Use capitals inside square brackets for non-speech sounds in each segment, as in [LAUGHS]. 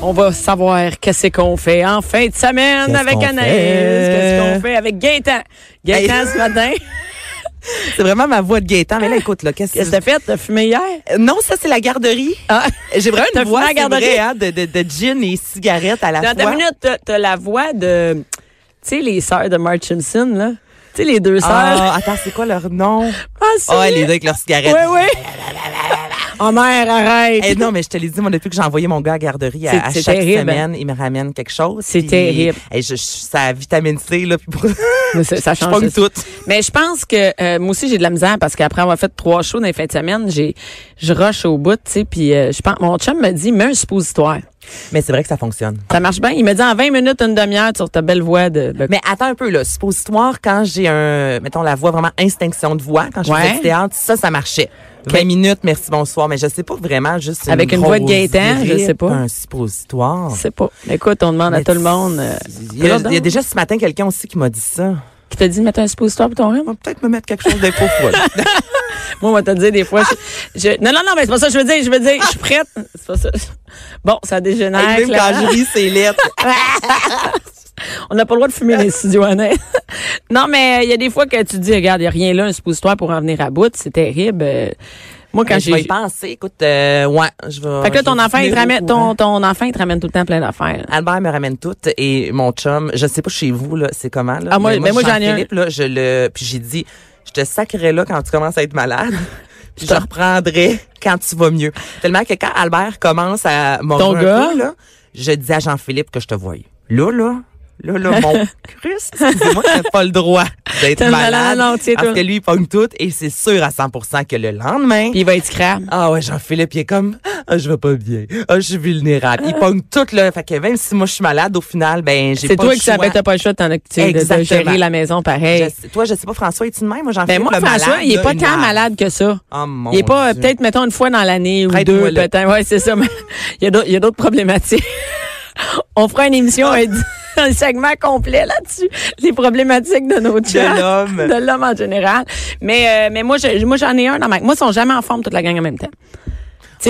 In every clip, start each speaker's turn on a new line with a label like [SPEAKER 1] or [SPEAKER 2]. [SPEAKER 1] On va savoir qu'est-ce qu'on fait en fin de semaine
[SPEAKER 2] Qu'est-ce
[SPEAKER 1] avec
[SPEAKER 2] qu'on
[SPEAKER 1] Anaïs,
[SPEAKER 2] fait?
[SPEAKER 1] qu'est-ce qu'on fait avec Gaëtan. Gaëtan
[SPEAKER 2] Hey.
[SPEAKER 1] ce matin,
[SPEAKER 2] C'est vraiment ma voix de Gaëtan. Mais là, écoute, là, qu'est-ce
[SPEAKER 1] [LAUGHS]
[SPEAKER 2] que
[SPEAKER 1] qu'est-ce que t'as fait? T'as fumé hier?
[SPEAKER 2] Euh, Non, ça, c'est la garderie.
[SPEAKER 1] Ah.
[SPEAKER 2] J'ai vraiment
[SPEAKER 1] T'as
[SPEAKER 2] une voix
[SPEAKER 1] fumé à la
[SPEAKER 2] c'est vrai,
[SPEAKER 1] garderie?
[SPEAKER 2] hein, de, de, de gin et cigarette à la
[SPEAKER 1] Dans ta
[SPEAKER 2] fois.
[SPEAKER 1] minute, t'as- t'as la voix de, tu sais, les sœurs de Mark Simpson, là. Tu sais, les deux sœurs.
[SPEAKER 2] Ah, attends, c'est quoi
[SPEAKER 1] [LAUGHS]
[SPEAKER 2] leur nom?
[SPEAKER 1] Ah, c'est
[SPEAKER 2] Oh,
[SPEAKER 1] vrai.
[SPEAKER 2] elle est deux avec leur cigarette.
[SPEAKER 1] Oui, oui. [LAUGHS] oh mère, arrête.
[SPEAKER 2] Eh, non, mais je te l'ai dit, moi, depuis que j'ai envoyé mon gars à la garderie à,
[SPEAKER 1] C'est-
[SPEAKER 2] à
[SPEAKER 1] c'est
[SPEAKER 2] chaque
[SPEAKER 1] terrible,
[SPEAKER 2] semaine, il me ramène quelque chose.
[SPEAKER 1] C'est
[SPEAKER 2] puis-
[SPEAKER 1] terrible.
[SPEAKER 2] Eh, je, je, ça vitamine C, là, puis pour...
[SPEAKER 1] Mais ça- ça
[SPEAKER 2] je
[SPEAKER 1] change
[SPEAKER 2] pogne
[SPEAKER 1] ça.
[SPEAKER 2] tout.
[SPEAKER 1] Mais je pense que euh, moi aussi j'ai de la misère parce qu'après avoir fait trois shows dans les fins de semaine, j'ai je rush au bout, tu sais, puis euh, je pense mon chum me dit mets un suppositoire.
[SPEAKER 2] Mais c'est vrai que ça fonctionne.
[SPEAKER 1] Ça marche bien, il me dit en 20 minutes une demi-heure sur ta belle voix de, de-
[SPEAKER 2] Mais attends un peu, là. Suppositoire, quand j'ai un, mettons, la voix vraiment instinction de voix, quand je
[SPEAKER 1] Ouais.
[SPEAKER 2] faisais du théâtre, ça, ça marchait. 20 minutes, merci, bonsoir. Mais je sais pas vraiment, juste une
[SPEAKER 1] Avec une voix de
[SPEAKER 2] grosse
[SPEAKER 1] Gaétan, je
[SPEAKER 2] grippe,
[SPEAKER 1] sais pas.
[SPEAKER 2] Un suppositoire.
[SPEAKER 1] je sais pas. Écoute, on demande à
[SPEAKER 2] Mais
[SPEAKER 1] tout le monde euh,
[SPEAKER 2] Il y, a,
[SPEAKER 1] Pardon?
[SPEAKER 2] il y a déjà ce matin quelqu'un aussi qui m'a dit ça.
[SPEAKER 1] qui t'a dit de mettre un suppositoire pour ton rire.
[SPEAKER 2] On va peut-être me mettre quelque chose d'impôt [LAUGHS]
[SPEAKER 1] Moi, on va te dire des fois. Je, je- non, non, non, mais c'est pas ça que je veux dire. Je veux dire, je suis prête. C'est pas ça. Bon, ça dégénère.
[SPEAKER 2] Même
[SPEAKER 1] clairement.
[SPEAKER 2] quand je ris, c'est lettre.
[SPEAKER 1] On n'a pas le droit de fumer dans les studios honnêtes. [LAUGHS] non, mais il y a des fois que tu te dis, regarde, il n'y a rien là, un suppositoire pour en venir à bout. C'est terrible. Euh, Moi, quand
[SPEAKER 2] [LAUGHS] Quand je vais
[SPEAKER 1] j'ai.
[SPEAKER 2] y penser, écoute, euh, ouais, je vais.
[SPEAKER 1] Fait que là,
[SPEAKER 2] je
[SPEAKER 1] ton
[SPEAKER 2] vais
[SPEAKER 1] enfant, il te
[SPEAKER 2] tenir au
[SPEAKER 1] ramène, ton,
[SPEAKER 2] courant.
[SPEAKER 1] ton enfant, il te ramène tout le temps plein d'affaires.
[SPEAKER 2] Albert me ramène tout et mon chum, je sais pas chez vous là, c'est comment là.
[SPEAKER 1] Ah, moi- ben, moi, j'en ai un.
[SPEAKER 2] Philippe là, je le puis j'ai dit je te sacrerai là quand tu commences à
[SPEAKER 1] [LAUGHS]
[SPEAKER 2] être malade. Puis je te reprendrai quand tu vas mieux. Tellement que quand Albert commence à
[SPEAKER 1] Ton
[SPEAKER 2] mordre un
[SPEAKER 1] gars?
[SPEAKER 2] peu, là, je dis à Jean-Philippe que je te voyais. Là là, là
[SPEAKER 1] [LAUGHS]
[SPEAKER 2] là mon Christ, excusez-moi, t'as pas le droit d'être
[SPEAKER 1] T'as- non,
[SPEAKER 2] malade.
[SPEAKER 1] non, non, tiens,
[SPEAKER 2] parce
[SPEAKER 1] toi.
[SPEAKER 2] que lui il pogne tout et c'est sûr à 100% que le lendemain,
[SPEAKER 1] Puis il va être crabe.
[SPEAKER 2] ah ouais, Jean-Philippe, il est comme, ah, je vais pas bien. Ah, je suis vulnérable. Il pogne tout, là. Fait que même si moi, je suis malade, au final, ben, j'ai
[SPEAKER 1] C'est
[SPEAKER 2] pas
[SPEAKER 1] toi
[SPEAKER 2] le
[SPEAKER 1] qui savais,
[SPEAKER 2] choix.
[SPEAKER 1] t'as pas le choix t'en as- tu- de, de
[SPEAKER 2] Exactement.
[SPEAKER 1] gérer la maison
[SPEAKER 2] Je
[SPEAKER 1] pareil.
[SPEAKER 2] sais- Toi, je sais pas, François, es-tu de même? Moi, Jean-Philippe,
[SPEAKER 1] Ben moi,
[SPEAKER 2] le
[SPEAKER 1] François,
[SPEAKER 2] malade,
[SPEAKER 1] il est
[SPEAKER 2] là,
[SPEAKER 1] pas
[SPEAKER 2] il
[SPEAKER 1] tant
[SPEAKER 2] meurt.
[SPEAKER 1] malade que ça.
[SPEAKER 2] Oh, mon
[SPEAKER 1] il est pas, euh,
[SPEAKER 2] Dieu.
[SPEAKER 1] peut-être, mettons, une fois dans l'année ou
[SPEAKER 2] Prête-moi
[SPEAKER 1] deux,
[SPEAKER 2] le.
[SPEAKER 1] peut-être. Ouais, c'est ça. mais [LAUGHS] il y a d'autres- il y a d'autres problématiques. [LAUGHS] On fera une émission,
[SPEAKER 2] Ah.
[SPEAKER 1] un, [LAUGHS] un segment complet là-dessus. Les problématiques de nos chats. [LAUGHS]
[SPEAKER 2] l'homme.
[SPEAKER 1] De l'homme en général. Mais, euh, mais moi, je- moi, j'en ai un dans ma, moi, ils sont jamais en forme toute la gang en même temps. Tu sais,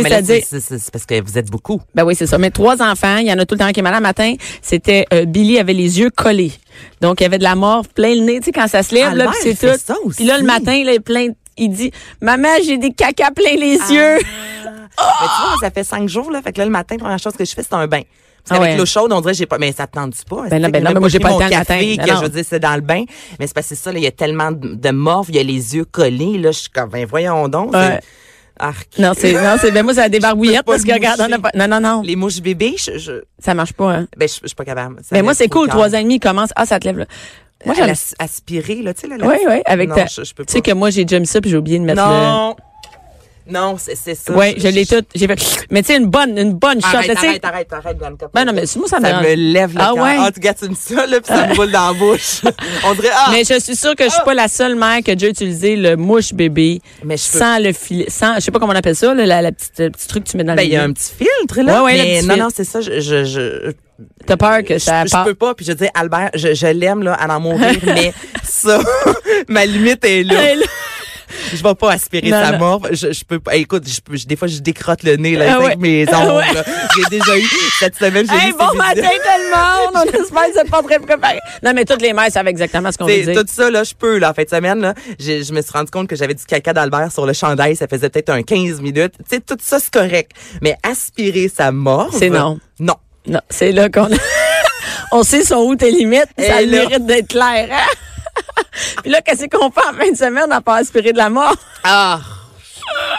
[SPEAKER 2] Ah, Mais là,
[SPEAKER 1] c'est-à-dire,
[SPEAKER 2] c'est- c'est c'est- c'est parce que vous êtes beaucoup.
[SPEAKER 1] ben oui, c'est ça. Mais trois enfants, il y en a tout le temps qui est malade. Matin, c'était euh, Billy avait les yeux collés. Donc, il avait de la mort plein le nez. Tu sais, quand ça se lève, là,
[SPEAKER 2] Albert,
[SPEAKER 1] puis c'est
[SPEAKER 2] il fait
[SPEAKER 1] tout.
[SPEAKER 2] ça aussi.
[SPEAKER 1] Puis là, le matin, là, il est plein, il dit, « Maman, j'ai des caca plein les
[SPEAKER 2] Ah.
[SPEAKER 1] yeux.
[SPEAKER 2] Mais tu vois, ça fait cinq jours, là. Fait que là, le matin, première chose que je fais, c'est un bain. Parce
[SPEAKER 1] Ah
[SPEAKER 2] qu'avec
[SPEAKER 1] ouais.
[SPEAKER 2] l'eau chaude, on dirait, j'ai pas, mais ça te tente-tu pas?
[SPEAKER 1] Ben non, ben non, mais moi, j'ai pas le temps le matin.
[SPEAKER 2] Que,
[SPEAKER 1] Non, non.
[SPEAKER 2] je veux dire, c'est dans le bain. Mais c'est parce que c'est ça, là, il y a tellement de, de morts, il y a les yeux collés, là. Je suis comme, ben, voyons donc. c'est-
[SPEAKER 1] Ouais.
[SPEAKER 2] Arc.
[SPEAKER 1] Non, c'est, non, c'est, ben moi, c'est la débarbouillette
[SPEAKER 2] Je peux pas
[SPEAKER 1] parce que
[SPEAKER 2] le
[SPEAKER 1] regarde, on a pas,
[SPEAKER 2] moucher.
[SPEAKER 1] non, non, non.
[SPEAKER 2] Les mouches bébés, je, je-
[SPEAKER 1] Ça marche pas, hein.
[SPEAKER 2] ben, je, je suis pas capable. Ça
[SPEAKER 1] Mais moi,
[SPEAKER 2] lève
[SPEAKER 1] c'est
[SPEAKER 2] trop Euh,
[SPEAKER 1] cool.
[SPEAKER 2] le
[SPEAKER 1] Trois
[SPEAKER 2] cœur.
[SPEAKER 1] ans et demi, commence. Ah, ça te lève, là. Moi,
[SPEAKER 2] Ouais,
[SPEAKER 1] j'aime,
[SPEAKER 2] l'as- aspirer, là, tu sais, là. là.
[SPEAKER 1] oui, oui, avec
[SPEAKER 2] non,
[SPEAKER 1] ta,
[SPEAKER 2] je- je peux
[SPEAKER 1] tu sais
[SPEAKER 2] pas.
[SPEAKER 1] que moi, j'ai déjà mis ça puis j'ai oublié de mettre
[SPEAKER 2] Non. Non, c'est c'est ça.
[SPEAKER 1] le, ouais, je l'ai toute, j'ai fait, mais tu sais, une bonne, une bonne shot,
[SPEAKER 2] Arrête,
[SPEAKER 1] là, tu sais.
[SPEAKER 2] arrête, arrête, arrête, Bianca.
[SPEAKER 1] Ben non, mais moi, ça me
[SPEAKER 2] Ça
[SPEAKER 1] dérange.
[SPEAKER 2] me lève le
[SPEAKER 1] Ah
[SPEAKER 2] cœur.
[SPEAKER 1] ouais?
[SPEAKER 2] Ah, tu gâtes une ça, là, puis ça
[SPEAKER 1] [LAUGHS]
[SPEAKER 2] me roule dans la bouche. On dirait, ah!
[SPEAKER 1] Mais je suis sûre que je suis pas la seule mère qui a déjà utilisé le mouche bébé
[SPEAKER 2] Mais je peux-
[SPEAKER 1] sans le filet, sans, je sais pas comment on appelle ça, là, la, la petite, le petit truc que tu mets dans
[SPEAKER 2] Ben,
[SPEAKER 1] le
[SPEAKER 2] il y a
[SPEAKER 1] nez.
[SPEAKER 2] un petit filtre, là.
[SPEAKER 1] Ouais, ouais, le
[SPEAKER 2] mais
[SPEAKER 1] petit
[SPEAKER 2] non,
[SPEAKER 1] filtre.
[SPEAKER 2] non, c'est ça, je, je, je,
[SPEAKER 1] T'as peur que ça
[SPEAKER 2] je, je
[SPEAKER 1] part.
[SPEAKER 2] peux pas, puis je dis, Albert, je, je l'aime, là, à
[SPEAKER 1] [LAUGHS]
[SPEAKER 2] en mourir, mais ça, [LAUGHS] ma limite est là.
[SPEAKER 1] Hey, là.
[SPEAKER 2] Je vais pas aspirer
[SPEAKER 1] Non,
[SPEAKER 2] sa
[SPEAKER 1] non.
[SPEAKER 2] mort. Je, je peux pas. Écoute, je, peux- je- des fois, je décrotte le nez, là,
[SPEAKER 1] Ah
[SPEAKER 2] avec
[SPEAKER 1] ouais.
[SPEAKER 2] mes
[SPEAKER 1] Ah
[SPEAKER 2] ongles,
[SPEAKER 1] ouais.
[SPEAKER 2] là. J'ai déjà eu, cette semaine, j'ai
[SPEAKER 1] Hey,
[SPEAKER 2] eu
[SPEAKER 1] bon matin tout le monde! On espère que vous êtes pas très préparés. Non, mais toutes les mères savent exactement ce qu'on veut
[SPEAKER 2] C'est-
[SPEAKER 1] dire.
[SPEAKER 2] tout ça, là, je peux, là, en fin de semaine, là, j'ai- je me suis rendu compte que j'avais du caca d'Albert sur le chandail, ça faisait peut-être un 15 minutes. Tu sais, tout ça, c'est correct. Mais aspirer sa mort.
[SPEAKER 1] C'est non.
[SPEAKER 2] Non.
[SPEAKER 1] Non, c'est là qu'on [LAUGHS] on sait sont où tes limites, ça a
[SPEAKER 2] Et
[SPEAKER 1] le
[SPEAKER 2] là.
[SPEAKER 1] mérite d'être clair. hein? [LAUGHS] Puis là, qu'est-ce qu'on fait en fin de semaine à pas aspirer de la mort?
[SPEAKER 2] Ah!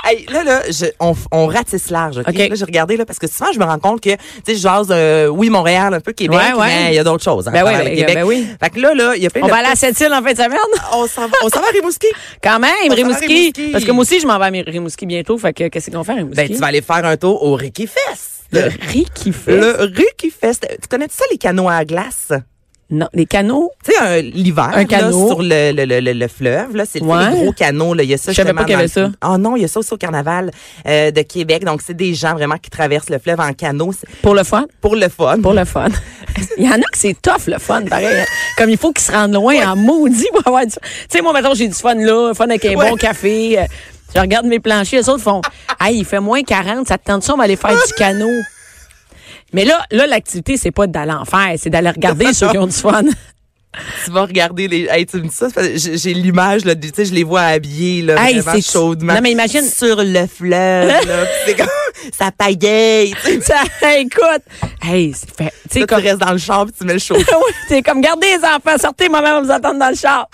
[SPEAKER 2] Hey, là, là, je- on, on ratisse large, OK?
[SPEAKER 1] OK.
[SPEAKER 2] Là, j'ai regardé, là, parce que souvent, je me rends compte que, tu sais, je jase, euh, oui, Montréal, un peu Québec,
[SPEAKER 1] Ouais, ouais.
[SPEAKER 2] mais il y a d'autres choses. hein,
[SPEAKER 1] Ben
[SPEAKER 2] à
[SPEAKER 1] oui,
[SPEAKER 2] travers le
[SPEAKER 1] ben,
[SPEAKER 2] Québec.
[SPEAKER 1] ben oui.
[SPEAKER 2] Fait que là, là, il y a plein
[SPEAKER 1] On
[SPEAKER 2] de...
[SPEAKER 1] va aller à Sept-Îles en fin de semaine?
[SPEAKER 2] on s'en va, on s'en va à Rimouski.
[SPEAKER 1] Quand même,
[SPEAKER 2] On s'en va à
[SPEAKER 1] Rimouski.
[SPEAKER 2] Rimouski.
[SPEAKER 1] Parce que moi aussi, je m'en vais à Rimouski bientôt. Fait que qu'est-ce qu'on fait à Rimouski?
[SPEAKER 2] Ben, tu vas aller faire un tour au Ricky Fest.
[SPEAKER 1] Le riz qui fait.
[SPEAKER 2] Le Rukifest. Tu connais-tu ça, les canots à glace?
[SPEAKER 1] Non, les canaux.
[SPEAKER 2] Tu sais, un- l'hiver,
[SPEAKER 1] Un
[SPEAKER 2] là,
[SPEAKER 1] canot.
[SPEAKER 2] sur le, le, le, le, le fleuve, là, c'est tu sais,
[SPEAKER 1] Ouais.
[SPEAKER 2] les gros canots, là, il y a ça.
[SPEAKER 1] Je savais pas
[SPEAKER 2] justement
[SPEAKER 1] qu'il y avait
[SPEAKER 2] dans le-
[SPEAKER 1] ça.
[SPEAKER 2] Ah non, il y a ça aussi au carnaval euh, de Québec. Donc, c'est des gens vraiment qui traversent le fleuve en canot c'est
[SPEAKER 1] Pour le fun.
[SPEAKER 2] pour le fun.
[SPEAKER 1] Pour le fun. [LAUGHS] il y en a que c'est tough, le fun, pareil. hein. Comme il faut qu'ils se rendent loin en maudit pour avoir du fun. Tu sais, moi, maintenant, j'ai du fun là, fun avec un
[SPEAKER 2] Ouais.
[SPEAKER 1] bon café. euh, Je regarde mes planchers, les autres font Hey, il fait moins 40, ça te tente ça, on va aller faire du canot. Mais là, là, l'activité, c'est pas d'aller en faire, c'est d'aller
[SPEAKER 2] [LAUGHS]
[SPEAKER 1] regarder ceux qui ont du fun.
[SPEAKER 2] Tu vas regarder les... Hey, tu me dis ça, c'est parce que j'ai j'ai l'image, là, de- tu sais, je les vois habillés, là,
[SPEAKER 1] Hey,
[SPEAKER 2] vraiment
[SPEAKER 1] c'est-
[SPEAKER 2] chaudement.
[SPEAKER 1] Non, mais imagine- [LAUGHS]
[SPEAKER 2] Sur le fleuve, là, puis c'est comme... Ça pagaille, tu sais.
[SPEAKER 1] Ça, écoute. Hey, c'est fait- tu sais,
[SPEAKER 2] Là,
[SPEAKER 1] comme.
[SPEAKER 2] tu restes dans le champ, puis tu mets le chaud.
[SPEAKER 1] Ah Ouais, c'est comme, gardez les enfants, sortez, maman va vous attendre dans le char.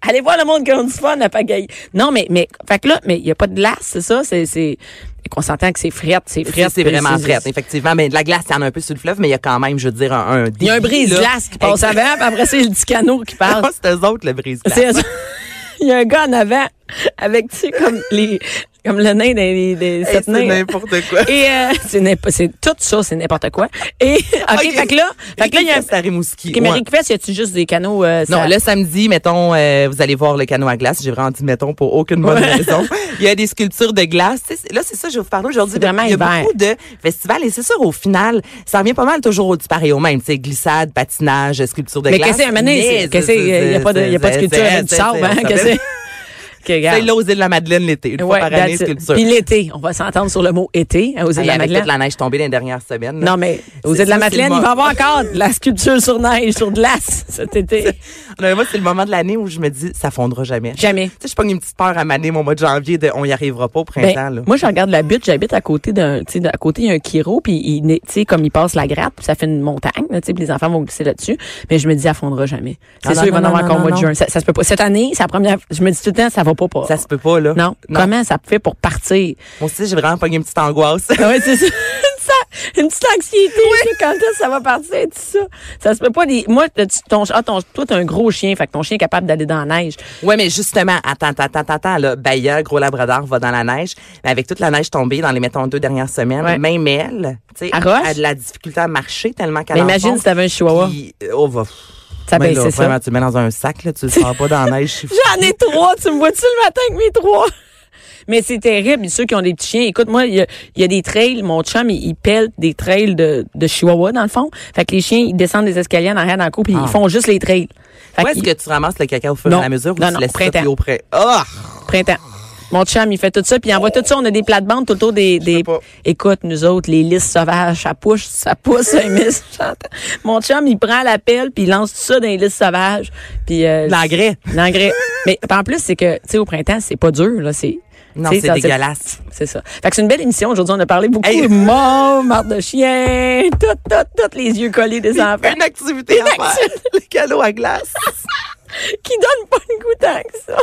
[SPEAKER 1] [LAUGHS] Allez voir le monde qui a du fun à pagaille. Non, mais, mais, fait que là, mais il n'y a pas de glace, c'est ça? C'est, c'est, et qu'on s'entend que c'est frette, c'est frette. euh,
[SPEAKER 2] c'est vraiment
[SPEAKER 1] c'est-
[SPEAKER 2] frette, effectivement. Mais de la glace, il y en a un peu sur le fleuve, mais il y a quand même, je veux dire, un,
[SPEAKER 1] Il y a un
[SPEAKER 2] débit, là.
[SPEAKER 1] brise-glace qui passe
[SPEAKER 2] Exact.
[SPEAKER 1] avant, puis après, c'est le petit canot qui passe.
[SPEAKER 2] [LAUGHS] Ah, c'est eux autres, le brise-glace.
[SPEAKER 1] C'est- [LAUGHS] Il y a un gars en avant, avec, tu sais, comme les, comme le nain des, des, des
[SPEAKER 2] Hey,
[SPEAKER 1] sept
[SPEAKER 2] c'est
[SPEAKER 1] nains.
[SPEAKER 2] n'importe quoi.
[SPEAKER 1] Et, euh, c'est n'importe- c'est tout ça, c'est n'importe quoi. Et, [LAUGHS] ok,
[SPEAKER 2] Ok.
[SPEAKER 1] fait que là, fait que là, il y a un,
[SPEAKER 2] Ricky Fest à Rimouski.
[SPEAKER 1] mais
[SPEAKER 2] ouais.
[SPEAKER 1] Rickfest, y a-tu juste des canots, euh,
[SPEAKER 2] Non,
[SPEAKER 1] ça-
[SPEAKER 2] le samedi, mettons, euh, vous allez voir le canot à glace. J'ai vraiment dit mettons pour aucune bonne
[SPEAKER 1] Ouais. [LAUGHS]
[SPEAKER 2] raison. Il y a des sculptures de glace. Tu sais, c'est- Là, c'est ça, je vais vous parler aujourd'hui.
[SPEAKER 1] C'est
[SPEAKER 2] de-
[SPEAKER 1] vraiment
[SPEAKER 2] Il y a
[SPEAKER 1] hiver.
[SPEAKER 2] beaucoup de festivals et c'est sûr, au final, ça revient pas mal toujours au- du pareil au même. Tu sais, glissade, patinage, sculpture de
[SPEAKER 1] Mais
[SPEAKER 2] glace.
[SPEAKER 1] qu'est-ce que c'est, un mané, c'est- qu'est-ce que c'est, il n'y a pas de, il y a pas de sculpture avec du sable, hein, qu'est-ce que c'est? Que
[SPEAKER 2] [LAUGHS] C'est
[SPEAKER 1] regarde.
[SPEAKER 2] là aux îles de la Madeleine l'été. Une fois
[SPEAKER 1] Ouais,
[SPEAKER 2] par année,
[SPEAKER 1] that's it.
[SPEAKER 2] sculpture.
[SPEAKER 1] Puis l'été, on va s'entendre sur le mot été, hein, aux îles de
[SPEAKER 2] Hey,
[SPEAKER 1] la
[SPEAKER 2] avec
[SPEAKER 1] Madeleine.
[SPEAKER 2] toute la neige tombée dans les dernières semaines. là.
[SPEAKER 1] Non, mais aux
[SPEAKER 2] C'est-
[SPEAKER 1] îles de la
[SPEAKER 2] ça, c'est le
[SPEAKER 1] Madeleine, il
[SPEAKER 2] mo-
[SPEAKER 1] va y avoir encore de la sculpture sur neige, sur
[SPEAKER 2] [LAUGHS]
[SPEAKER 1] glace, cet été.
[SPEAKER 2] Non, mais moi, c'est le moment de l'année où je me dis, ça fondra jamais.
[SPEAKER 1] Jamais.
[SPEAKER 2] Tu sais, je pogne une petite peur à maner mon mois de janvier de on y arrivera pas au printemps.
[SPEAKER 1] Ben,
[SPEAKER 2] là.
[SPEAKER 1] moi, je regarde la butte, j'habite à côté d'un, tu sais, à côté, il y a un kiro, puis il, naît- tu sais, comme il passe la gratte, puis ça fait une montagne, là, tu sais, puis les enfants vont glisser là-dessus, mais je me dis, elle fondra jamais.
[SPEAKER 2] Ah
[SPEAKER 1] C'est
[SPEAKER 2] non,
[SPEAKER 1] sûr, il va en
[SPEAKER 2] non,
[SPEAKER 1] avoir
[SPEAKER 2] non,
[SPEAKER 1] encore au
[SPEAKER 2] non,
[SPEAKER 1] mois de
[SPEAKER 2] non.
[SPEAKER 1] juin. Ça, ça se peut pas. Cette année, c'est la première, je me dis tout le temps, ça va pas, pas.
[SPEAKER 2] ça se peut pas, là.
[SPEAKER 1] non. Comment ça fait pour partir?
[SPEAKER 2] Moi aussi, j'ai vraiment pogné une petite angoisse. [LAUGHS]
[SPEAKER 1] Ah ouais, c'est ça. Ça, [LAUGHS] une petite anxiété, tu sais, quand est-ce que ça va partir, tout ça. Ça se peut pas. des- Moi, t'as- tu- ton, ah, ton, toi, t'as un gros chien, fait que ton chien est capable d'aller dans la neige.
[SPEAKER 2] ouais, mais justement, attends, attends, attends, attends, là. Bayer, gros labrador, va dans la neige. Mais avec toute la neige tombée dans les, mettons, deux dernières semaines,
[SPEAKER 1] Ouais.
[SPEAKER 2] même elle, tu sais,
[SPEAKER 1] Elle roche?
[SPEAKER 2] a de la difficulté à marcher tellement qu'elle
[SPEAKER 1] Mais imagine si
[SPEAKER 2] enfonce.
[SPEAKER 1] t'avais un chihuahua.
[SPEAKER 2] Puis, oh, va.
[SPEAKER 1] Ça
[SPEAKER 2] Mais
[SPEAKER 1] ben,
[SPEAKER 2] là,
[SPEAKER 1] c'est
[SPEAKER 2] vraiment,
[SPEAKER 1] ça.
[SPEAKER 2] tu le mets dans un sac, là, tu le sors pas dans la
[SPEAKER 1] [LAUGHS]
[SPEAKER 2] neige. je suis fou.
[SPEAKER 1] J'en ai trois, tu me vois-tu le matin avec mes trois? [LAUGHS] Mais c'est terrible, ceux qui ont des petits chiens. Écoute, moi, il y a, il y a des trails, mon chum, il, il pèle des trails de, de chihuahua, dans le fond. Fait que les chiens, ils descendent des escaliers en arrière dans la cour, puis
[SPEAKER 2] Ah.
[SPEAKER 1] ils font juste les trails. Fait
[SPEAKER 2] Où est-ce
[SPEAKER 1] qu'ils-
[SPEAKER 2] que tu ramasses le caca au fur et
[SPEAKER 1] Non.
[SPEAKER 2] à mesure ou
[SPEAKER 1] Non,
[SPEAKER 2] tu
[SPEAKER 1] non,
[SPEAKER 2] laisses
[SPEAKER 1] printemps.
[SPEAKER 2] ça puis au près? Ah!
[SPEAKER 1] Printemps. Mon chum, il fait tout ça, puis il envoie tout ça. On a des plates-bandes tout autour des... des...
[SPEAKER 2] pas.
[SPEAKER 1] Écoute, nous autres, les listes sauvages, ça pousse, ça pousse, ça émisse, [LAUGHS] j'entends. Mon chum, il prend la pelle, puis il lance tout ça dans les listes sauvages. Puis, euh,
[SPEAKER 2] L'engrais.
[SPEAKER 1] L'engrais. Mais en plus, c'est que, tu sais, au printemps, c'est pas dur, là, c'est...
[SPEAKER 2] Non,
[SPEAKER 1] tu sais,
[SPEAKER 2] c'est
[SPEAKER 1] ça-
[SPEAKER 2] dégueulasse.
[SPEAKER 1] C'est ça. Fait que c'est une belle émission. Aujourd'hui, on a parlé beaucoup
[SPEAKER 2] Hey.
[SPEAKER 1] de morts, morts de chiens, tout, tout, tout, les yeux collés des enfants.
[SPEAKER 2] Une activité à
[SPEAKER 1] [LAUGHS]
[SPEAKER 2] faire. Ben, Le canot à glace.
[SPEAKER 1] qui donne pas le goût tant que ça.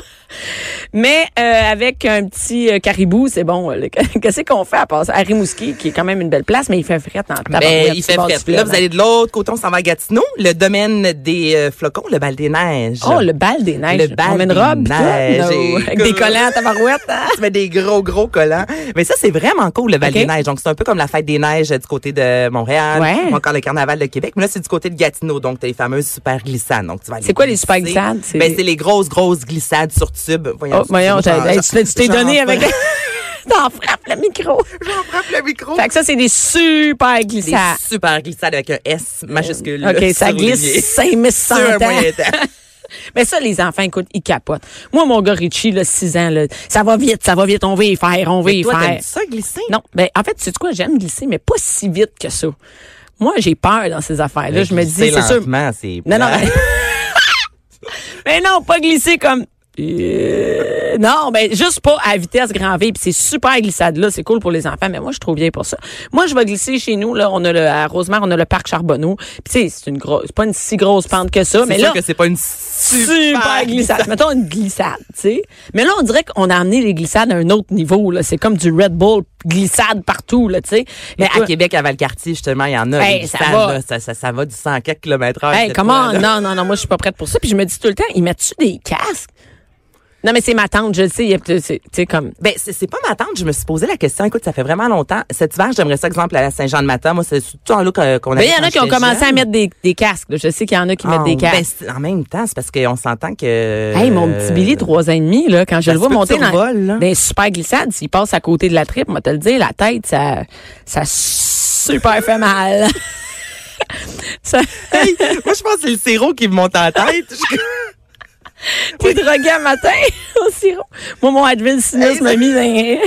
[SPEAKER 1] Mais euh, avec un petit euh, caribou, c'est bon. euh, le- Qu'est-ce qu'on fait à passer à Rimouski, qui est quand même une belle place, mais il fait frette en
[SPEAKER 2] Mais
[SPEAKER 1] tabarouette,
[SPEAKER 2] Ben, il
[SPEAKER 1] sur
[SPEAKER 2] fait
[SPEAKER 1] le bord du
[SPEAKER 2] frais. Là,
[SPEAKER 1] fleuve,
[SPEAKER 2] vous allez de l'autre côté, on s'en va à Gatineau, le domaine des euh, flocons, le bal des neiges.
[SPEAKER 1] hein. Oh, le bal des neiges.
[SPEAKER 2] Le bal
[SPEAKER 1] On met une
[SPEAKER 2] des
[SPEAKER 1] robe, pis tout?
[SPEAKER 2] neiges,
[SPEAKER 1] No. avec
[SPEAKER 2] écoute.
[SPEAKER 1] des collants à tabarouette. hein?
[SPEAKER 2] Ah, Tu mets des gros, gros collants. Mais ça, c'est vraiment cool, le Val
[SPEAKER 1] Ok.
[SPEAKER 2] des Neiges. Donc, c'est un peu comme la fête des neiges euh, du côté de Montréal.
[SPEAKER 1] Ouais.
[SPEAKER 2] ou encore le carnaval de Québec. Mais là, c'est du côté de Gatineau. Donc, t'as les fameuses super glissades. Donc, tu vas aller
[SPEAKER 1] C'est quoi les
[SPEAKER 2] glisser.
[SPEAKER 1] super glissades? C'est-
[SPEAKER 2] Ben, c'est les grosses, grosses glissades sur tube. Voyons,
[SPEAKER 1] Oh, voyons,
[SPEAKER 2] j'en-
[SPEAKER 1] t'as- hey, tu t'es- tu t'es
[SPEAKER 2] j'en-
[SPEAKER 1] donné
[SPEAKER 2] j'en- [LAUGHS]
[SPEAKER 1] avec... [LAUGHS] T'en frappes le micro.
[SPEAKER 2] J'en frappe le micro.
[SPEAKER 1] Fait que ça, c'est des super
[SPEAKER 2] Des
[SPEAKER 1] glissades.
[SPEAKER 2] super glissades avec un S majuscule.
[SPEAKER 1] OK, ça
[SPEAKER 2] surligné.
[SPEAKER 1] glisse 5100
[SPEAKER 2] Sur un
[SPEAKER 1] ans.
[SPEAKER 2] moyen temps.
[SPEAKER 1] [LAUGHS] Mais ça, les enfants, écoute, ils capotent. Moi, mon gars Richie, là, 6 ans, là, ça va vite, ça va vite, on va y faire, on va y
[SPEAKER 2] Toi,
[SPEAKER 1] faire.
[SPEAKER 2] t'aimes ça glisser?
[SPEAKER 1] Non, ben en fait, c'est quoi, j'aime glisser, mais pas si vite que ça. Moi, j'ai peur dans ces affaires-là. Je me dis, c'est sûr.
[SPEAKER 2] Ben, lentement, c'est
[SPEAKER 1] Non, non.
[SPEAKER 2] plat.
[SPEAKER 1] Mais...
[SPEAKER 2] [LAUGHS]
[SPEAKER 1] mais non, pas glisser comme. Euh, non, mais juste pas à vitesse grand V. Puis c'est super glissade là, c'est cool pour les enfants. Mais moi, je trouve bien pour ça. Moi, je vais glisser chez nous là. On a le à Rosemère, on a le parc Charbonneau. Puis tu sais, c'est une grosse, c'est pas une si grosse pente que ça.
[SPEAKER 2] C'est
[SPEAKER 1] Mais
[SPEAKER 2] sûr
[SPEAKER 1] là,
[SPEAKER 2] que c'est pas une
[SPEAKER 1] super glissade. Mettons une glissade, tu sais. Mais là, on dirait qu'on a amené les glissades à un autre niveau. Là. C'est comme du Red Bull glissade partout, là, tu sais.
[SPEAKER 2] Mais à
[SPEAKER 1] Écoute,
[SPEAKER 2] Québec, à Valcartier, justement, il y en a.
[SPEAKER 1] Hey,
[SPEAKER 2] des
[SPEAKER 1] ça
[SPEAKER 2] salles,
[SPEAKER 1] va.
[SPEAKER 2] là, ça, ça, ça va du 100 quelques kilomètres heure.
[SPEAKER 1] Hey,
[SPEAKER 2] cette
[SPEAKER 1] comment?
[SPEAKER 2] fois-là.
[SPEAKER 1] Non, non, non, moi, je suis pas prête pour ça. Puis je me dis tout le temps, ils mettent-tu des casques? Non, mais c'est ma tante, je le sais. il y a- c'est- c'est- Tu sais, comme.
[SPEAKER 2] Ben, c'est c'est pas ma tante. Je me suis posé la question. Écoute, ça fait vraiment longtemps. Cet hiver, j'aimerais ça, exemple, à la Saint-Jean-de-Matin. Moi, c'est surtout en look euh, qu'on avait.
[SPEAKER 1] Mais Ben, il y en
[SPEAKER 2] quand
[SPEAKER 1] a qui ont
[SPEAKER 2] j'étais
[SPEAKER 1] commencé
[SPEAKER 2] jeune.
[SPEAKER 1] à mettre des, des casques. là. Je sais qu'il y en a qui mettent
[SPEAKER 2] Ah,
[SPEAKER 1] des
[SPEAKER 2] ben,
[SPEAKER 1] casques.
[SPEAKER 2] c'est- en même temps, c'est parce qu'on s'entend que.
[SPEAKER 1] hey, mon petit Billy, trois ans et demi, là, quand je
[SPEAKER 2] euh, ça
[SPEAKER 1] le
[SPEAKER 2] se
[SPEAKER 1] vois
[SPEAKER 2] peut que
[SPEAKER 1] monter
[SPEAKER 2] tu
[SPEAKER 1] dans,
[SPEAKER 2] revoles, là.
[SPEAKER 1] dans les super glissades, s'il passe à côté de la tripe, moi te le dire, la tête, ça, ça super fait mal. [LAUGHS] ça,
[SPEAKER 2] Hey, moi, je pense que c'est le sirop qui me monte en tête. Je-
[SPEAKER 1] t'es drogué à matin [LAUGHS] au sirop. Moi, mon Advil Sinus
[SPEAKER 2] Hey,
[SPEAKER 1] m'a mis dans...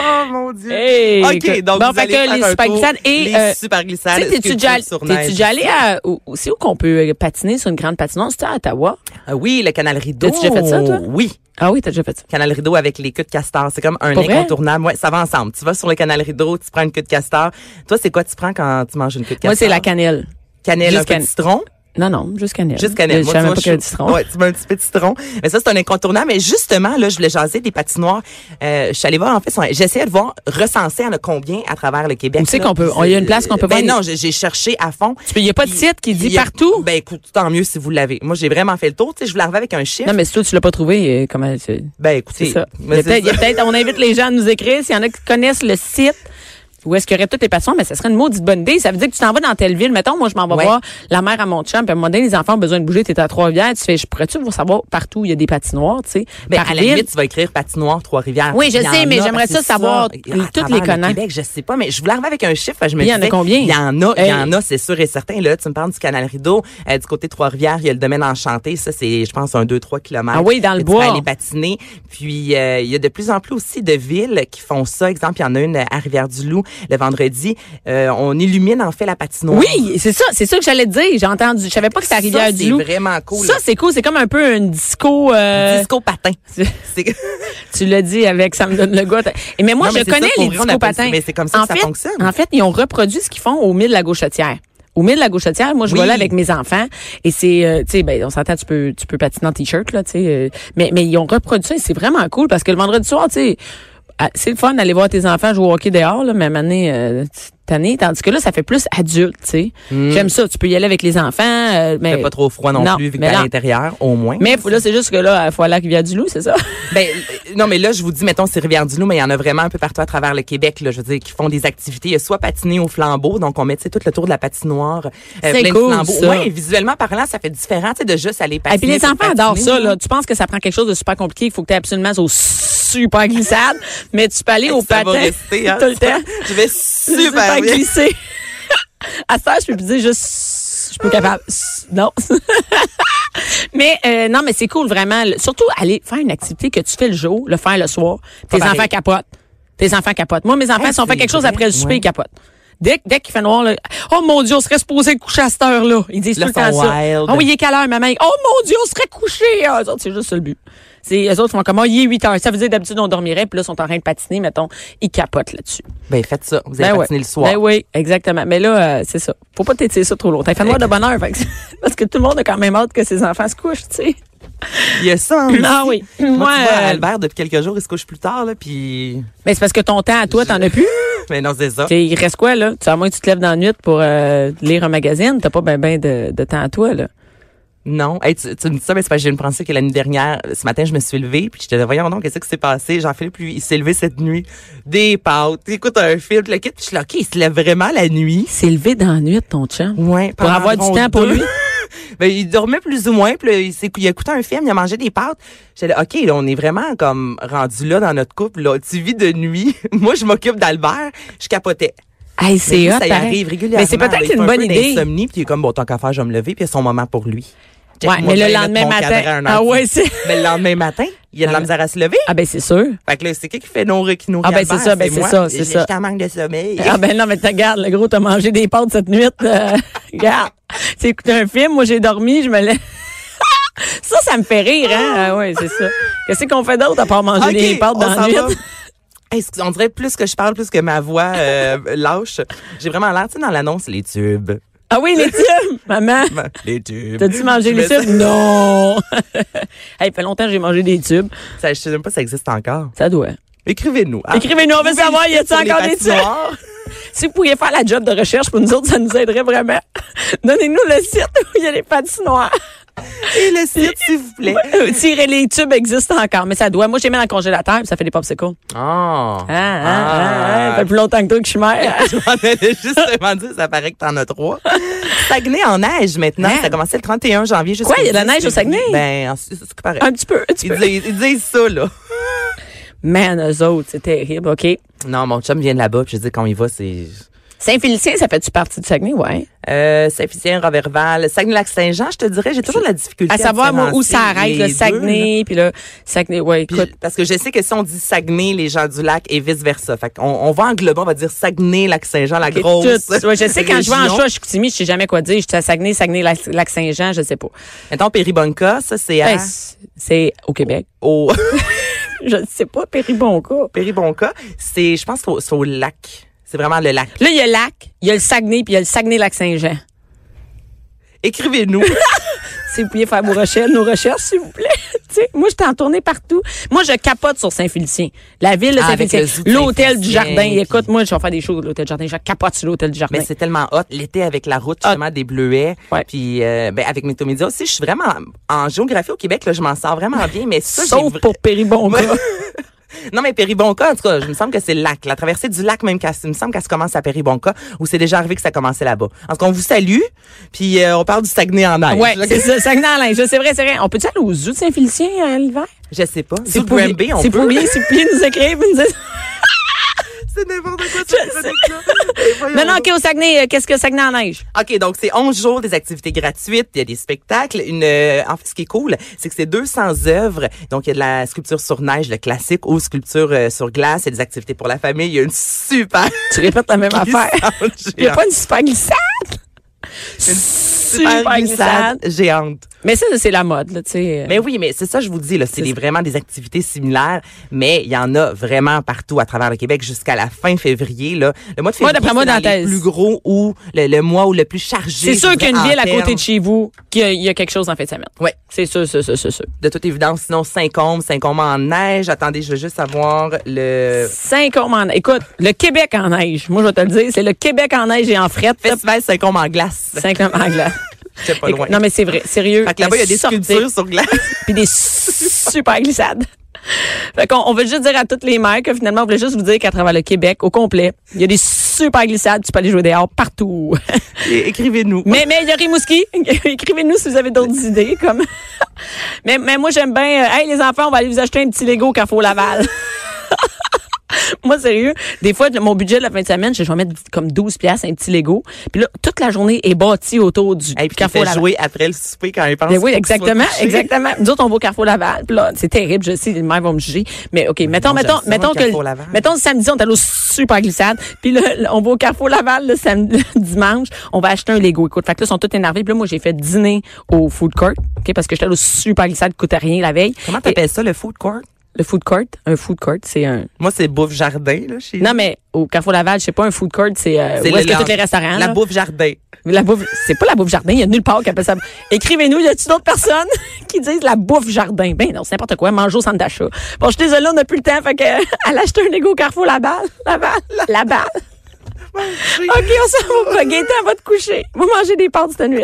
[SPEAKER 2] oh, mon Dieu.
[SPEAKER 1] Hey,
[SPEAKER 2] OK,
[SPEAKER 1] écoute.
[SPEAKER 2] donc,
[SPEAKER 1] Bon,
[SPEAKER 2] vous
[SPEAKER 1] fait
[SPEAKER 2] allez
[SPEAKER 1] que
[SPEAKER 2] faire
[SPEAKER 1] les
[SPEAKER 2] un
[SPEAKER 1] super
[SPEAKER 2] tour,
[SPEAKER 1] glissades et,
[SPEAKER 2] Les
[SPEAKER 1] euh,
[SPEAKER 2] super
[SPEAKER 1] Tu
[SPEAKER 2] glissades.
[SPEAKER 1] sais, t'es-tu
[SPEAKER 2] sculptures
[SPEAKER 1] déjà,
[SPEAKER 2] sur
[SPEAKER 1] t'es-tu
[SPEAKER 2] neige.
[SPEAKER 1] déjà allé à, où, où- c'est où qu'on peut euh, patiner sur une grande patinoire? C'était à Ottawa.
[SPEAKER 2] Ah Oui, le canal rideau.
[SPEAKER 1] T'as-tu déjà fait ça, toi?
[SPEAKER 2] Oui.
[SPEAKER 1] Ah oui, t'as déjà fait ça.
[SPEAKER 2] Canal rideau avec les queues de castor. C'est comme un
[SPEAKER 1] Pour vrai?
[SPEAKER 2] incontournable. Ouais, ça va ensemble. Tu vas sur le canal rideau, tu prends une queue de castor. Toi, c'est quoi tu prends quand tu manges une queue de castor?
[SPEAKER 1] Moi, c'est la cannelle.
[SPEAKER 2] cannelle,
[SPEAKER 1] juste
[SPEAKER 2] un peu de
[SPEAKER 1] can-
[SPEAKER 2] citron.
[SPEAKER 1] Non, non, juste cannelle.
[SPEAKER 2] Juste cannelle.
[SPEAKER 1] Je
[SPEAKER 2] Moi,
[SPEAKER 1] savais
[SPEAKER 2] tu
[SPEAKER 1] même
[SPEAKER 2] vois,
[SPEAKER 1] pas qu'il y a du citron.
[SPEAKER 2] Ouais, tu mets un petit peu de citron. Mais ça, c'est un incontournable. Mais justement, là, je voulais jaser des patinoires. Euh, je suis allée voir, en fait, son- j'essayais de voir, recenser, il y en a combien à travers le Québec.
[SPEAKER 1] Où c'est
[SPEAKER 2] là.
[SPEAKER 1] qu'on peut- il y a une place qu'on peut
[SPEAKER 2] ben
[SPEAKER 1] voir
[SPEAKER 2] non, j'ai j'ai cherché à fond.
[SPEAKER 1] Il n'y a pas de site qui
[SPEAKER 2] Il
[SPEAKER 1] dit
[SPEAKER 2] y a-
[SPEAKER 1] partout.
[SPEAKER 2] Ben écoute, tant mieux si vous l'avez. Moi, j'ai vraiment fait le tour. Tu sais, je voulais arriver avec un chiffre.
[SPEAKER 1] Non, mais si toi, tu l'as pas trouvé, euh, comment, c'est
[SPEAKER 2] ben
[SPEAKER 1] c'est
[SPEAKER 2] écoutez,
[SPEAKER 1] ça. Il y
[SPEAKER 2] mais
[SPEAKER 1] a
[SPEAKER 2] c'est
[SPEAKER 1] peut-être, il y a
[SPEAKER 2] ça.
[SPEAKER 1] peut-être- on invite les gens à nous écrire s'il y en a qui connaissent le site. Où est-ce qu'il y aurait toutes les patients? Mais ça serait une maudite bonne idée. Ça veut dire que tu t'en vas dans telle ville. Mettons, moi, je m'en vais
[SPEAKER 2] Ouais.
[SPEAKER 1] voir la mère à mon chum. Puis à un moment donné, les enfants ont besoin de bouger. T'es à Trois-Rivières. Tu fais, je pourrais-tu vous savoir partout où il y a des patinoires, tu sais?
[SPEAKER 2] Ben,
[SPEAKER 1] par
[SPEAKER 2] à la
[SPEAKER 1] ville?
[SPEAKER 2] limite, tu vas écrire patinoire Trois-Rivières.
[SPEAKER 1] Oui, je
[SPEAKER 2] Il y en
[SPEAKER 1] sais, mais
[SPEAKER 2] a,
[SPEAKER 1] j'aimerais
[SPEAKER 2] parce que
[SPEAKER 1] ça savoir
[SPEAKER 2] à
[SPEAKER 1] toutes
[SPEAKER 2] travers
[SPEAKER 1] les
[SPEAKER 2] le
[SPEAKER 1] connaître.
[SPEAKER 2] Québec, je sais pas, mais je voulais arriver avec un chiffre. Je me
[SPEAKER 1] Il y en a
[SPEAKER 2] disais,
[SPEAKER 1] combien?
[SPEAKER 2] Il y en a, il
[SPEAKER 1] Hey.
[SPEAKER 2] y en a, c'est sûr et certain. Là, tu me parles du canal Rideau, euh, du côté Trois-Rivières, il y a le domaine enchanté. Ça, c'est, je pense, un 2-3 kilomètres.
[SPEAKER 1] Ah oui, dans le
[SPEAKER 2] que
[SPEAKER 1] bois.
[SPEAKER 2] Tu peux aller patiner. Puis, euh, il y a de plus en plus aussi de villes qui font ça. Exemple, il y en a une à Rivière-du-Loup le vendredi. Euh, on illumine, en fait, la patinoire.
[SPEAKER 1] Oui, c'est ça, c'est ça que j'allais te dire. J'ai entendu. Je savais pas que c'était à
[SPEAKER 2] Ça,
[SPEAKER 1] Rivière-du-Loup.
[SPEAKER 2] C'est vraiment cool.
[SPEAKER 1] Ça, c'est cool. C'est comme un peu un disco. euh,
[SPEAKER 2] Disco patin.
[SPEAKER 1] tu-
[SPEAKER 2] C'est-
[SPEAKER 1] tu l'as dit avec ça me donne le goût. Et mais moi,
[SPEAKER 2] Non, mais
[SPEAKER 1] je
[SPEAKER 2] c'est
[SPEAKER 1] connais
[SPEAKER 2] ça, pour
[SPEAKER 1] les
[SPEAKER 2] vrai, on
[SPEAKER 1] disco
[SPEAKER 2] appelle ça-
[SPEAKER 1] patins.
[SPEAKER 2] mais c'est comme ça que
[SPEAKER 1] En
[SPEAKER 2] ça
[SPEAKER 1] fait-
[SPEAKER 2] fonctionne.
[SPEAKER 1] En fait, ils ont reproduit ce qu'ils font au milieu de la gauchetière. Au milieu de la gauchetière, moi, je
[SPEAKER 2] Oui.
[SPEAKER 1] vais là avec mes enfants et c'est, euh, tu sais, ben, on s'entend, tu peux, tu peux patiner en t-shirt là, tu sais, euh, mais mais ils ont reproduit ça et c'est vraiment cool parce que le vendredi soir, tu sais, ah, c'est le fun d'aller voir tes enfants jouer au hockey dehors là, même année. Euh, tannée. tandis que là, ça fait plus adulte, tu sais. J'aime ça. Tu peux y aller avec les enfants, euh, mais
[SPEAKER 2] Fait Hmm. pas trop froid non,
[SPEAKER 1] Non,
[SPEAKER 2] plus, vu que
[SPEAKER 1] mais
[SPEAKER 2] t'es à
[SPEAKER 1] non.
[SPEAKER 2] l'intérieur, au moins.
[SPEAKER 1] Mais faut- là, c'est juste que là, faut aller à Rivière-du-Loup, c'est ça?
[SPEAKER 2] Ben, euh, non, mais là, je vous dis, mettons, c'est Rivière-du-Loup, mais il y en a vraiment un peu partout à travers le Québec, là, je veux dire, qui font des activités. Il y a soit patiner au flambeau, donc on met, tu sais, tout le tour de la patinoire. euh,
[SPEAKER 1] C'est
[SPEAKER 2] plein
[SPEAKER 1] cool,
[SPEAKER 2] de flambeaux.
[SPEAKER 1] ça.
[SPEAKER 2] Ouais, visuellement parlant, ça fait différent, tu sais, de juste aller patiner.
[SPEAKER 1] Et Ah, puis les
[SPEAKER 2] pour
[SPEAKER 1] enfants adorent
[SPEAKER 2] patiner,
[SPEAKER 1] ça. Là. Tu penses que ça prend quelque chose de super compliqué, il faut que tu aies absolument au super
[SPEAKER 2] [LAUGHS]
[SPEAKER 1] glissade, mais tu peux aller au
[SPEAKER 2] Ça va
[SPEAKER 1] patin
[SPEAKER 2] rester, hein,
[SPEAKER 1] [LAUGHS] tout le
[SPEAKER 2] ça.
[SPEAKER 1] temps.
[SPEAKER 2] Je vais super bien.
[SPEAKER 1] glisser. [LAUGHS] à ça, je peux plus dire juste je peux capable. Non. [LAUGHS] mais euh, non, mais c'est cool vraiment. Le- Surtout aller faire une activité que tu fais le jour, le faire le soir. Tes
[SPEAKER 2] pareil.
[SPEAKER 1] enfants capotent. Tes enfants capotent. Moi, mes enfants,
[SPEAKER 2] Hey,
[SPEAKER 1] si on fait
[SPEAKER 2] c'est
[SPEAKER 1] quelque chose
[SPEAKER 2] vrai,
[SPEAKER 1] après le souper,
[SPEAKER 2] ouais.
[SPEAKER 1] ils capotent. Dès, dès qu'il fait noir, là, oh mon Dieu, on serait supposé coucher à cette heure-là. Ils disent
[SPEAKER 2] Là,
[SPEAKER 1] tout le temps
[SPEAKER 2] sont
[SPEAKER 1] ça.
[SPEAKER 2] wild.
[SPEAKER 1] Ah oui, il est quelle heure, maman? Oh mon Dieu, on serait couché. Ah, eux autres, c'est juste ça le but. C'est, eux autres font comme, oh, il est 8 heures. Ça veut dire d'habitude, on dormirait, puis là, ils sont en train de patiner, mettons. Ils capotent là-dessus.
[SPEAKER 2] Ben, faites ça. Vous allez
[SPEAKER 1] Ben
[SPEAKER 2] patiner
[SPEAKER 1] ouais.
[SPEAKER 2] le soir.
[SPEAKER 1] Ben oui, exactement. Mais là, euh, c'est ça. Faut pas t'étirer ça trop longtemps. Fais-moi de bonheur, fait que- [LAUGHS] parce que tout le monde a quand même hâte que ses enfants se couchent, tu sais.
[SPEAKER 2] Il y a ça, hein,
[SPEAKER 1] Ah
[SPEAKER 2] aussi.
[SPEAKER 1] oui.
[SPEAKER 2] [LAUGHS] Moi,
[SPEAKER 1] Moi,
[SPEAKER 2] tu vois,
[SPEAKER 1] euh,
[SPEAKER 2] Albert, depuis quelques jours, il se couche plus tard, là, puis... [LAUGHS]
[SPEAKER 1] Mais c'est parce que ton temps à toi, t'en as plus.
[SPEAKER 2] Mais non, c'est ça.
[SPEAKER 1] Tu sais, il reste quoi, là? Tu, à moins que tu te lèves dans la nuit pour euh, lire un magazine, t'as pas ben ben de, de temps à toi, là.
[SPEAKER 2] Non. Hey, tu, tu me dis ça, mais c'est parce que j'ai une pensée que la nuit dernière, ce matin, je me suis levée, puis j'étais là, voyons donc, qu'est-ce qui s'est passé? Jean-Philippe, lui, il s'est levé cette nuit. Des pâtes, il écoute un film, le kit, puis je suis là, OK, il se lève vraiment la nuit.
[SPEAKER 1] C'est levé dans la nuit, ton chum.
[SPEAKER 2] Ouais,
[SPEAKER 1] Pour
[SPEAKER 2] pendant
[SPEAKER 1] avoir du
[SPEAKER 2] environ
[SPEAKER 1] temps pour
[SPEAKER 2] deux. [LAUGHS]
[SPEAKER 1] lui.
[SPEAKER 2] ben, il dormait plus ou moins, puis là, il, s'est- il a écouté un film, il a mangé des pâtes. J'étais là, OK, là, on est vraiment comme rendu là dans notre couple, là. Tu vis de nuit. [LAUGHS] Moi, je m'occupe d'Albert. Je capotais.
[SPEAKER 1] Hey,
[SPEAKER 2] Mais lui,
[SPEAKER 1] c'est hot,
[SPEAKER 2] ça y
[SPEAKER 1] pareil.
[SPEAKER 2] arrive régulièrement.
[SPEAKER 1] Mais c'est
[SPEAKER 2] là, il
[SPEAKER 1] peut-être
[SPEAKER 2] fait
[SPEAKER 1] une
[SPEAKER 2] un
[SPEAKER 1] bonne
[SPEAKER 2] peu
[SPEAKER 1] idée.
[SPEAKER 2] d'insomnie, puis il est comme, bon, tant qu'à faire, je vais me lever, puis il y a son moment pour lui.
[SPEAKER 1] Ouais,
[SPEAKER 2] Check-moi
[SPEAKER 1] mais le
[SPEAKER 2] bien, là,
[SPEAKER 1] lendemain
[SPEAKER 2] mon
[SPEAKER 1] matin.
[SPEAKER 2] cadran, un
[SPEAKER 1] Ah
[SPEAKER 2] enfant.
[SPEAKER 1] ouais, c'est.
[SPEAKER 2] [LAUGHS] Mais le lendemain matin, il y a de la misère à se lever.
[SPEAKER 1] Ah ben c'est sûr.
[SPEAKER 2] Fait que là, c'est qui qui fait non qui nourrit
[SPEAKER 1] Ah, ben,
[SPEAKER 2] Albert?
[SPEAKER 1] c'est ça, ben, c'est
[SPEAKER 2] moi.
[SPEAKER 1] ça, c'est
[SPEAKER 2] Et
[SPEAKER 1] ça.
[SPEAKER 2] J'étais en manque de sommeil.
[SPEAKER 1] Ah ben non, mais t'as- regarde, le gros, t'as mangé des pâtes cette nuit. euh,
[SPEAKER 2] [LAUGHS]
[SPEAKER 1] regarde, t'as écouté un film, moi j'ai dormi, je me lève. [LAUGHS] ça, ça me fait rire, hein? Ah ouais, c'est ça. Qu'est-ce qu'on fait d'autre à part manger
[SPEAKER 2] Ok, [LAUGHS]
[SPEAKER 1] des pâtes
[SPEAKER 2] on
[SPEAKER 1] dans la
[SPEAKER 2] s'en
[SPEAKER 1] nuit?
[SPEAKER 2] va. Hey, excuse- on dirait plus que je parle, plus que ma voix euh, [LAUGHS] lâche. J'ai vraiment l'air, tu sais, dans l'annonce, les tubes. [LAUGHS]
[SPEAKER 1] Ah oui, les tubes! Maman,
[SPEAKER 2] Ben, Les tubes.
[SPEAKER 1] t'as-tu mangé
[SPEAKER 2] Je
[SPEAKER 1] les
[SPEAKER 2] me sens- [LAUGHS]
[SPEAKER 1] tubes? Non! [LAUGHS] hey, fait longtemps que j'ai mangé des tubes.
[SPEAKER 2] Ça, je sais même pas si ça existe encore.
[SPEAKER 1] Ça doit.
[SPEAKER 2] Écrivez-nous. hein.
[SPEAKER 1] Écrivez-nous, on veut savoir, y a-t-il
[SPEAKER 2] Sur les
[SPEAKER 1] encore des tubes?
[SPEAKER 2] patinoires.
[SPEAKER 1] Si vous pouviez faire la [LAUGHS] job de recherche pour nous autres, ça nous aiderait vraiment. Donnez-nous le site où il y a les patinoires.
[SPEAKER 2] Et le site, s'il vous
[SPEAKER 1] [LAUGHS]
[SPEAKER 2] plaît.
[SPEAKER 1] Euh, Tirer les tubes existe encore, mais ça doit. Moi, j'ai mis dans le congélateur, puis ça fait des popsicles.
[SPEAKER 2] Ah.
[SPEAKER 1] Ah, ah, ah, ah.
[SPEAKER 2] hein,
[SPEAKER 1] Ça fait plus longtemps que toi que je suis mère. [LAUGHS]
[SPEAKER 2] Je m'en allais [LAUGHS] justement dire, ça paraît que t'en as trois. Saguenay en neige maintenant.
[SPEAKER 1] Hein?
[SPEAKER 2] Ça a commencé le 31 janvier. jusqu'au
[SPEAKER 1] Quoi, il y a de la
[SPEAKER 2] 10
[SPEAKER 1] neige au
[SPEAKER 2] février.
[SPEAKER 1] Saguenay?
[SPEAKER 2] Ben, en- c'est ce qui paraît.
[SPEAKER 1] Un petit peu, un petit
[SPEAKER 2] Ils
[SPEAKER 1] peu.
[SPEAKER 2] disent, ils disent ça, là.
[SPEAKER 1] Man, eux autres, c'est terrible, OK.
[SPEAKER 2] Non, mon chum vient de là-bas, puis je dis, quand il va, c'est...
[SPEAKER 1] Saint-Félicien, ça fait-tu partie du Saguenay, ouais?
[SPEAKER 2] Euh, Saint-Félicien, Roberval, Saguenay-Lac-Saint-Jean, je te dirais, j'ai toujours la difficulté
[SPEAKER 1] À savoir, moi, où
[SPEAKER 2] différencier
[SPEAKER 1] ça arrête,
[SPEAKER 2] les
[SPEAKER 1] le
[SPEAKER 2] deux,
[SPEAKER 1] Saguenay, puis le Saguenay, ouais,
[SPEAKER 2] Puis,
[SPEAKER 1] écoute.
[SPEAKER 2] parce que je sais que si on dit Saguenay, les gens du lac et vice versa. Fait qu'on on va englober, on va dire Saguenay, Lac-Saint-Jean, la
[SPEAKER 1] Et
[SPEAKER 2] grosse.
[SPEAKER 1] tout. Ouais, je sais, quand je vais en
[SPEAKER 2] région.
[SPEAKER 1] chat, je suis coutumée, je sais jamais quoi dire. Je suis à Saguenay, Saguenay, Lac- Lac-Saint-Jean, je sais pas.
[SPEAKER 2] Mettons Péribonca, ça c'est à-
[SPEAKER 1] Ben, c'est- c'est au Québec.
[SPEAKER 2] au [LAUGHS]
[SPEAKER 1] Je ne sais pas, Péribonca.
[SPEAKER 2] Péribonca, c'est je pense que c'est au lac. C'est vraiment le lac.
[SPEAKER 1] Là, il y a Lac, il y a le Saguenay, puis il y a le Saguenay-Lac-Saint-Jean. [LAUGHS]
[SPEAKER 2] Écrivez-nous.
[SPEAKER 1] Si vous pouviez faire vos recherches, nos recherches, s'il vous plaît. [LAUGHS] Tu sais, moi, j'étais en tournée partout. Moi, je capote sur Saint-Félicien. La ville de
[SPEAKER 2] Ah, avec
[SPEAKER 1] Saint-Félicien.
[SPEAKER 2] le zoo de
[SPEAKER 1] L'hôtel du
[SPEAKER 2] Saint-Félicien,
[SPEAKER 1] jardin.
[SPEAKER 2] puis-
[SPEAKER 1] Écoute, moi, je vais faire des shows de l'hôtel du jardin. Je capote sur l'hôtel du jardin.
[SPEAKER 2] Mais c'est tellement hot l'été avec la route justement des bleuets
[SPEAKER 1] Ouais.
[SPEAKER 2] puis euh, ben avec Métomédia aussi, je suis vraiment en géographie au Québec là, je m'en sors vraiment bien mais ça j'ai
[SPEAKER 1] Sauf
[SPEAKER 2] vra-
[SPEAKER 1] pour Péribonca.
[SPEAKER 2] Ouais. [LAUGHS] non, mais Péribonca, en tout cas, je me semble que c'est le lac. La traversée du lac, même, qu'elle- il me semble qu'elle se commence à Péribonca, où c'est déjà arrivé que ça commençait là-bas. En tout cas, on vous salue, puis euh, on parle du Saguenay en neige.
[SPEAKER 1] [LAUGHS] Ouais, c'est ça, Saguenay-en-Linge. C'est vrai, c'est vrai. On peut-tu aller au zoo de Saint-Félicien à l'hiver?
[SPEAKER 2] Je sais pas. Sous le
[SPEAKER 1] pourri-
[SPEAKER 2] Granby, on
[SPEAKER 1] C'est
[SPEAKER 2] peut.
[SPEAKER 1] pour bien, c'est pour bien nous écrire, puis nous dire-
[SPEAKER 2] [LAUGHS] C'est n'importe quoi, cette chronique-là. Mais voyons
[SPEAKER 1] Non, non,
[SPEAKER 2] donc.
[SPEAKER 1] OK, au Saguenay, euh, qu'est-ce que Saguenay en neige?
[SPEAKER 2] OK, donc c'est 11 jours des activités gratuites, il y a des spectacles, une euh, en fait ce qui est cool, c'est que c'est 200 œuvres. Donc il y a de la sculpture sur neige, le classique ou sculpture euh, sur glace, il y a des activités pour la famille, il y a une super
[SPEAKER 1] Tu répètes la même [LAUGHS] affaire.
[SPEAKER 2] glissade
[SPEAKER 1] [LAUGHS] Il n'y a
[SPEAKER 2] géante.
[SPEAKER 1] pas une super glissade.
[SPEAKER 2] Ah. Super glissade géante.
[SPEAKER 1] Mais ça, c'est la mode, là, tu sais.
[SPEAKER 2] Mais oui, mais c'est ça je vous dis là, c'est
[SPEAKER 1] C'est
[SPEAKER 2] des- vraiment des activités similaires, mais il y en a vraiment partout à travers le Québec jusqu'à la fin février là. Le mois de
[SPEAKER 1] Moi,
[SPEAKER 2] février,
[SPEAKER 1] d'après moi,
[SPEAKER 2] c'est
[SPEAKER 1] dans
[SPEAKER 2] dans les
[SPEAKER 1] thèse.
[SPEAKER 2] plus gros ou le, le mois où le plus chargé.
[SPEAKER 1] C'est sûr
[SPEAKER 2] je
[SPEAKER 1] qu'il y a
[SPEAKER 2] dirais,
[SPEAKER 1] une
[SPEAKER 2] en
[SPEAKER 1] ville à
[SPEAKER 2] termes.
[SPEAKER 1] côté de chez vous qu'il y a- il y a quelque chose en fin de semaine.
[SPEAKER 2] Ouais.
[SPEAKER 1] C'est sûr, c'est sûr, c'est sûr.
[SPEAKER 2] de toute évidence. Sinon, Saint-Côme, Saint-Côme en neige. Attendez, je veux juste savoir le
[SPEAKER 1] Cinq hommes en neige. Écoute, le Québec en neige, moi, je vais te le dire, c'est le Québec en neige et en frette.
[SPEAKER 2] festival Saint-Côme en glace.
[SPEAKER 1] Cinq hommes en glace.
[SPEAKER 2] J'étais [LAUGHS] pas loin.
[SPEAKER 1] Écoute, Non, mais c'est vrai, sérieux.
[SPEAKER 2] Fait que là-bas, il y a des
[SPEAKER 1] Sortez.
[SPEAKER 2] sculptures sur glace.
[SPEAKER 1] [LAUGHS] puis des super glissades. [LAUGHS] Fait qu'on on veut juste dire à toutes les mères que finalement, on voulait juste vous dire qu'à travers le Québec, au complet, il y a des super glissades. Tu peux aller jouer dehors partout.
[SPEAKER 2] [LAUGHS]
[SPEAKER 1] [LAUGHS]
[SPEAKER 2] Et Écrivez-nous.
[SPEAKER 1] mais mais il y a Rimouski. [LAUGHS] Écrivez-nous si vous avez d'autres idées. comme [LAUGHS] mais, mais moi, j'aime bien... euh, hey, les enfants, on va aller vous acheter un petit Lego au Carrefour Laval. [LAUGHS] Moi, sérieux, des fois, le- mon budget de la fin de semaine, je vais mettre comme 12 piastres, un petit Lego. Puis là, toute la journée est bâtie autour du
[SPEAKER 2] Et puis, il
[SPEAKER 1] Carrefour
[SPEAKER 2] fait
[SPEAKER 1] Laval.
[SPEAKER 2] jouer après le souper quand il pense.
[SPEAKER 1] Ben oui,
[SPEAKER 2] faut qu'il soit
[SPEAKER 1] exactement,
[SPEAKER 2] couché.
[SPEAKER 1] exactement. Nous autres, on va au Carrefour Laval. Puis là, c'est terrible, je sais, les mères vont me juger. Mais OK, mettons,
[SPEAKER 2] Ben non,
[SPEAKER 1] mettons,
[SPEAKER 2] j'aime ça,
[SPEAKER 1] mettons
[SPEAKER 2] le
[SPEAKER 1] que,
[SPEAKER 2] Carrefour Laval.
[SPEAKER 1] mettons, le samedi, on est allé au super glissade. Puis là, le- on va au Carrefour Laval le samedi, [LAUGHS] le dimanche. On va acheter un Lego. Écoute, fait que là, ils sont tous énervés. Puis là, moi, j'ai fait dîner au food court. OK, parce que j'étais allé au super glissade, coûtait rien la veille.
[SPEAKER 2] Comment t'appelles ça, le food court?
[SPEAKER 1] Le food court, un food court, c'est un.
[SPEAKER 2] Moi, c'est bouffe jardin, là, chez
[SPEAKER 1] Non, mais au Carrefour Laval, c'est pas un food court, c'est euh, où
[SPEAKER 2] le-
[SPEAKER 1] est-ce que
[SPEAKER 2] la-
[SPEAKER 1] tous les restaurants.
[SPEAKER 2] La
[SPEAKER 1] là.
[SPEAKER 2] bouffe jardin.
[SPEAKER 1] Mais La bouffe, c'est pas la bouffe jardin. Il y a nulle part qui appelle ça. Écrivez-nous, y a-t-il d'autres personnes [LAUGHS] qui disent la bouffe jardin? Ben non, c'est n'importe quoi. Mangez au centre d'achat. Bon, je suis désolée, on n'a plus le temps. Fait que, [LAUGHS] euh, allez acheter un Lego au Carrefour, la balle, la balle, la balle. OK, on s'en va. Gaëtan va te coucher. Vous mangez des pâtes cette nuit.